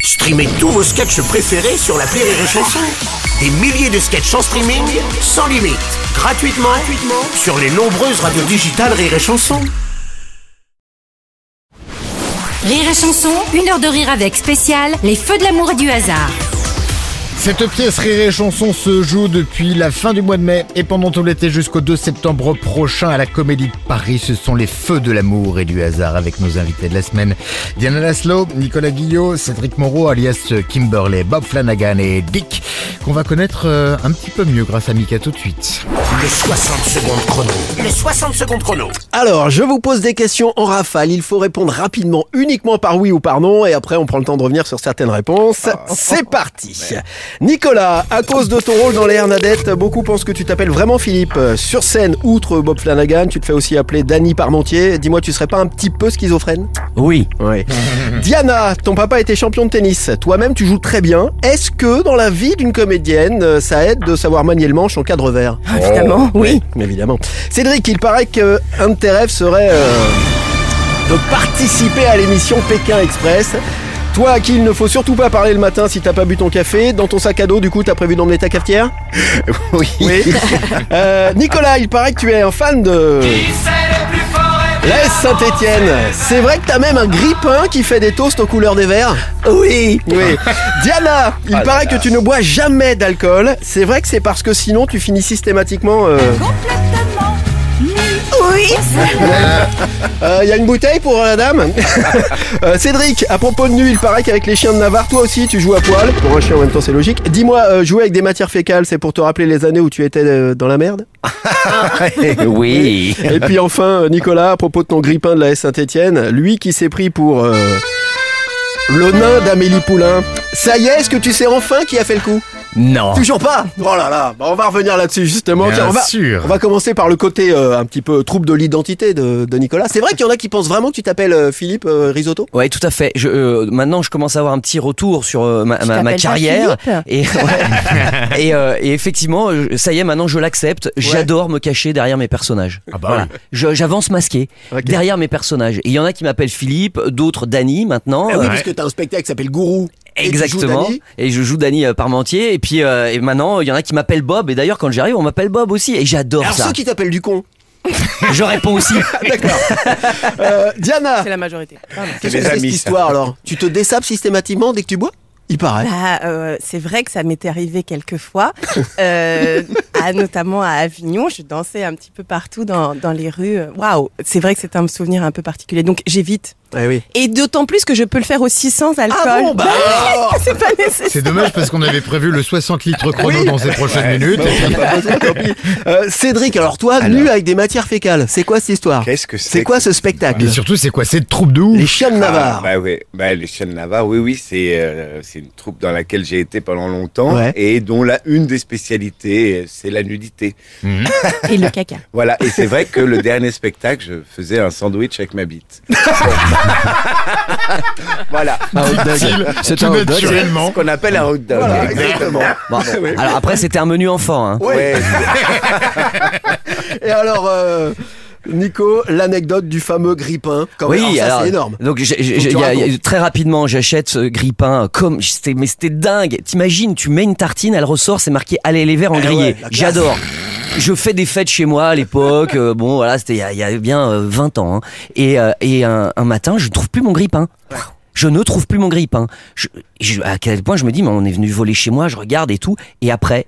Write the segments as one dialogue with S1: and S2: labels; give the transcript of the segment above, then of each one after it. S1: Streamez tous vos sketchs préférés sur la Rire et Chanson. Des milliers de sketchs en streaming, sans limite, gratuitement, gratuitement sur les nombreuses radios digitales Rire et Chanson.
S2: Rire et chanson, une heure de rire avec spécial, les feux de l'amour et du hasard.
S3: Cette pièce Rire et Chanson se joue depuis la fin du mois de mai et pendant tout l'été jusqu'au 2 septembre prochain à la Comédie de Paris. Ce sont les feux de l'amour et du hasard avec nos invités de la semaine. Diana Laszlo, Nicolas Guillot, Cédric Moreau alias Kimberley, Bob Flanagan et Dick qu'on va connaître euh, un petit peu mieux grâce à Mika tout de suite.
S1: Le 60 secondes chrono. Le 60 secondes chrono.
S4: Alors, je vous pose des questions en rafale. Il faut répondre rapidement, uniquement par oui ou par non, et après on prend le temps de revenir sur certaines réponses. C'est parti. Nicolas, à cause de ton rôle dans les Hernadettes, beaucoup pensent que tu t'appelles vraiment Philippe. Euh, Sur scène, outre Bob Flanagan, tu te fais aussi appeler Danny Parmentier. Dis-moi, tu serais pas un petit peu schizophrène
S5: Oui.
S4: Oui. Diana, ton papa était champion de tennis. Toi-même, tu joues très bien. Est-ce que dans la vie d'une comédienne, euh, ça aide de savoir manier le manche en cadre vert
S5: Évidemment, oui.
S4: Évidemment. Cédric, il paraît que un de tes rêves serait euh, de participer à l'émission Pékin Express. Toi à qui il ne faut surtout pas parler le matin si t'as pas bu ton café, dans ton sac à dos du coup t'as prévu d'emmener ta cafetière
S3: Oui.
S4: Euh, Nicolas, il paraît que tu es un fan de... Laisse Saint-Étienne. C'est vrai que t'as même un grippin qui fait des toasts aux couleurs des verts.
S5: Oui. Ah
S4: Oui. Diana, il
S5: là
S4: paraît que tu ne bois jamais d'alcool. C'est vrai que c'est parce que sinon tu finis systématiquement. euh,
S2: Complètement.
S5: Oui.
S4: Euh, Il y a une bouteille pour la dame Euh, Cédric, à propos de nu, il paraît qu'avec les chiens de Navarre, toi aussi tu joues à poil. Pour un chien en même temps, c'est logique. Dis-moi, euh, jouer avec des matières fécales, c'est pour te rappeler les années où tu étais euh, dans la merde
S5: Oui.
S4: Et puis enfin, euh, Nicolas, à propos de ton grippin de la S Saint-Etienne, lui qui s'est pris pour euh, le nain d'Amélie Poulain. Ça y est, est-ce que tu sais enfin qui a fait le coup
S5: Non.
S4: Toujours pas Oh là là, bah, on va revenir là-dessus justement.
S3: Bien
S4: Tiens, on, va,
S3: sûr.
S4: on va commencer par le côté euh, un petit peu trouble de l'identité de, de Nicolas. C'est vrai qu'il y en a qui pensent vraiment que tu t'appelles euh, Philippe euh, Risotto
S5: Ouais, tout à fait. Je, euh, maintenant, je commence à avoir un petit retour sur euh, ma, ma- ma
S6: t'appelles pas
S5: carrière.
S6: Philippe
S5: Et, ouais. et, euh, et effectivement, je- ça y est, maintenant je l'accepte. J'adore me cacher derrière mes personnages.
S3: Ah bah oui.
S5: Je- J'avance masqué
S4: Ok.
S5: derrière mes personnages. Et Il y en a qui m'appellent Philippe, d'autres Dany maintenant.
S4: Ah oui,
S5: Euh,
S4: parce que t'as un spectacle qui s'appelle Gourou. Et tu joues
S5: Exactement.
S4: Dany.
S5: Et je joue Dany euh, Parmentier. Et puis euh, et maintenant, il y en a qui m'appellent Bob. Et d'ailleurs, quand j'arrive, on m'appelle Bob aussi. Et j'adore
S4: Alors
S5: ça.
S4: ceux qui t'appellent du con.
S5: Je réponds aussi.
S4: D'accord. Euh, Diana,
S6: C'est la majorité. Pardon.
S4: qu'est-ce que c'est cette histoire alors Tu te dessapes systématiquement dès que tu bois Il paraît.
S6: Bah, euh, c'est vrai que ça m'est arrivé quelques fois, euh, à- notamment à Avignon. Je dansais un petit peu partout dans, dans les rues. Waouh, c'est vrai que c'est un souvenir un peu particulier. Donc j'évite.
S4: Eh oui.
S6: Et d'autant plus que je peux le faire aussi sans alcool.
S4: Ah bon, bah alors
S6: c'est pas nécessaire.
S3: C'est dommage parce qu'on avait prévu le 60 litres chrono dans ces prochaines minutes.
S4: Bon, bah, bah, tant pis. Euh, Cédric, alors toi, nu avec des matières fécales, c'est quoi cette histoire
S7: Qu'est-ce que c'est
S4: C'est quoi ce spectacle
S3: Mais surtout, c'est quoi cette troupe de ouf
S4: Les chiens de Navarre.
S7: Ah, bah ouais, bah, les Chiens de Navarre, oui, oui, c'est euh, c'est une troupe dans laquelle j'ai été pendant longtemps
S4: Ouais.
S7: et dont la une des spécialités, euh, c'est la nudité.
S6: Et le caca.
S7: Voilà, et c'est vrai que le dernier spectacle, je faisais un sandwich avec ma bite. voilà.
S3: Dit-il,
S5: C'est
S3: tout
S5: un hot dog.
S7: Ce
S3: naturellement.
S7: qu'on appelle un hot dog.
S4: Voilà,
S7: exactement.
S5: Bon. Alors après, c'était un menu enfant. Hein.
S7: Ouais.
S4: Et alors, euh, Nico, l'anecdote du fameux grippin. Quand même, alors ça, c'est énorme.
S5: Donc, j'ai- j'ai-
S4: Faut que tu
S5: il y a-
S4: racontes.
S5: il y a- très rapidement, j'achète ce grippin comme c'était, mais c'était dingue. T'imagines, tu mets une tartine, elle ressort, c'est marqué allez les verres en grillé.
S4: Eh ouais, la classe.
S5: J'adore. Je fais des fêtes chez moi à l'époque. euh, bon, voilà, c'était il y a- il y, a bien euh, 20 ans. hein. Et, euh, et un, un matin, je ne trouve plus mon grippin. Je ne trouve plus mon grippin. Je, je- à quel point je me dis, mais on est venu voler chez moi, je regarde et tout. Et après,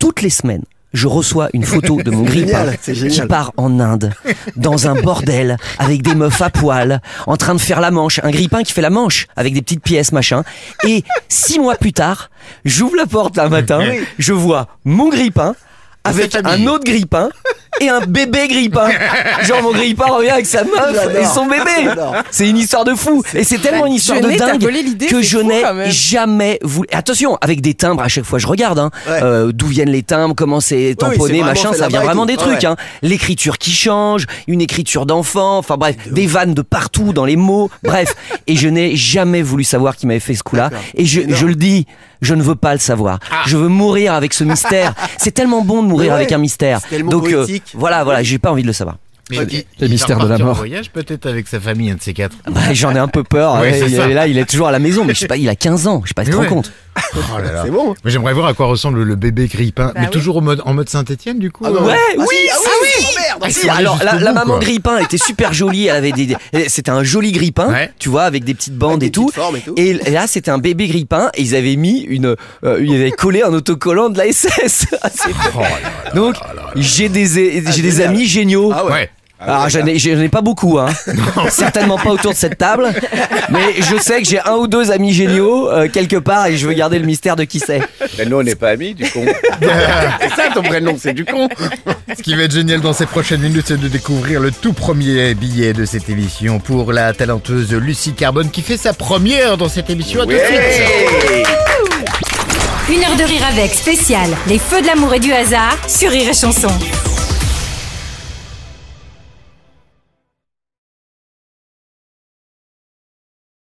S5: toutes les semaines, je reçois une photo de mon grippin
S4: Génial, c'est génial.
S5: qui part en Inde, dans un bordel, avec des meufs à poil, en train de faire la manche, un grippin qui fait la manche, avec des petites pièces, machin. Et six mois plus tard, j'ouvre la porte un matin, je vois mon grippin, avec
S3: Cette
S5: un
S3: famille.
S5: autre grippin, et un bébé grippin. Genre mon grippin revient avec sa meuf
S4: J'adore.
S5: et son bébé.
S4: J'adore.
S5: C'est une histoire de fou. Et c'est tellement une histoire de
S6: Jeunet, t'as
S5: dingue
S6: volé l'idée,
S5: que
S6: c'est
S5: je
S6: fou,
S5: n'ai
S6: quand même.
S5: jamais voulu. Attention, avec des timbres à chaque fois, je regarde hein,
S4: Ouais.
S5: euh, d'où viennent les timbres, comment c'est
S4: oui,
S5: tamponné,
S4: c'est vraiment
S5: machin.
S4: fait
S5: Ça
S4: là-bas
S5: vient
S4: et
S5: vraiment
S4: tout.
S5: des
S4: Ouais,
S5: trucs.
S4: ouais.
S5: Hein. L'écriture qui change, une écriture d'enfant. Enfin bref, des vannes de partout dans les mots. Bref, et je n'ai jamais voulu savoir qui m'avait fait ce coup-là. Et je, je le dis, je ne veux pas le savoir. Je veux mourir avec ce mystère. c'est tellement bon de mourir
S4: Ouais,
S5: avec un mystère.
S4: c'est tellement
S5: Donc euh,
S4: poétique.
S5: voilà, voilà, j'ai pas envie de le savoir.
S3: Mais il- il va
S8: mystères de la
S3: partir en
S8: mort.
S3: voyage peut-être avec sa famille, un de ces quatre.
S5: Bah, J'en ai un peu peur.
S3: Ah Ouais,
S5: Et-
S3: c'est ça.
S5: et là, il est toujours à la maison, mais je sais pas, il a 15 ans. Je sais pas si tu te
S3: Mais
S5: rends
S3: ouais.
S5: compte.
S3: Oh là là.
S4: C'est bon.
S3: Mais j'aimerais voir à quoi ressemble le bébé grippin. mais
S6: oui.
S3: toujours au mode, en mode Saint-Etienne, du coup euh,
S5: Ouais, oui,
S4: ah
S5: ça
S4: oui,
S5: oui.
S4: oh merde,
S5: Ah,
S3: ils
S5: si,
S3: sont allés
S5: alors la,
S3: jusqu'au
S5: la
S3: bout,
S5: maman
S3: quoi.
S5: grippin était super jolie, elle avait des, des- eh, c'était un joli grippin,
S3: Ouais.
S5: tu vois, avec des petites bandes
S4: Avec
S5: et,
S4: des
S5: tout.
S4: petites formes et tout.
S5: Et là, c'était un bébé grippin et ils avaient mis une euh, ils avaient collé un autocollant de la SS.
S3: Oh là là.
S5: Donc j'ai des j'ai des
S4: Ah, génial.
S5: amis géniaux.
S4: Ah ouais.
S3: Ouais.
S5: Alors, j'en ai, j'en ai pas beaucoup, hein. Certainement pas autour de cette table. Mais je sais que j'ai un ou deux amis géniaux, euh, quelque part, et je veux garder le mystère de qui c'est.
S7: Ben, nous, on n'est pas amis, du con. c'est ça ton prénom, c'est du con.
S3: Ce qui va être génial dans ces prochaines minutes, c'est de découvrir le tout premier billet de cette émission pour la talenteuse Lucie Carbone qui fait sa première dans cette émission. À tout de suite.
S7: Ouais.
S2: Une heure de rire avec spécial Les feux de l'amour et du hasard sur Rire et Chanson.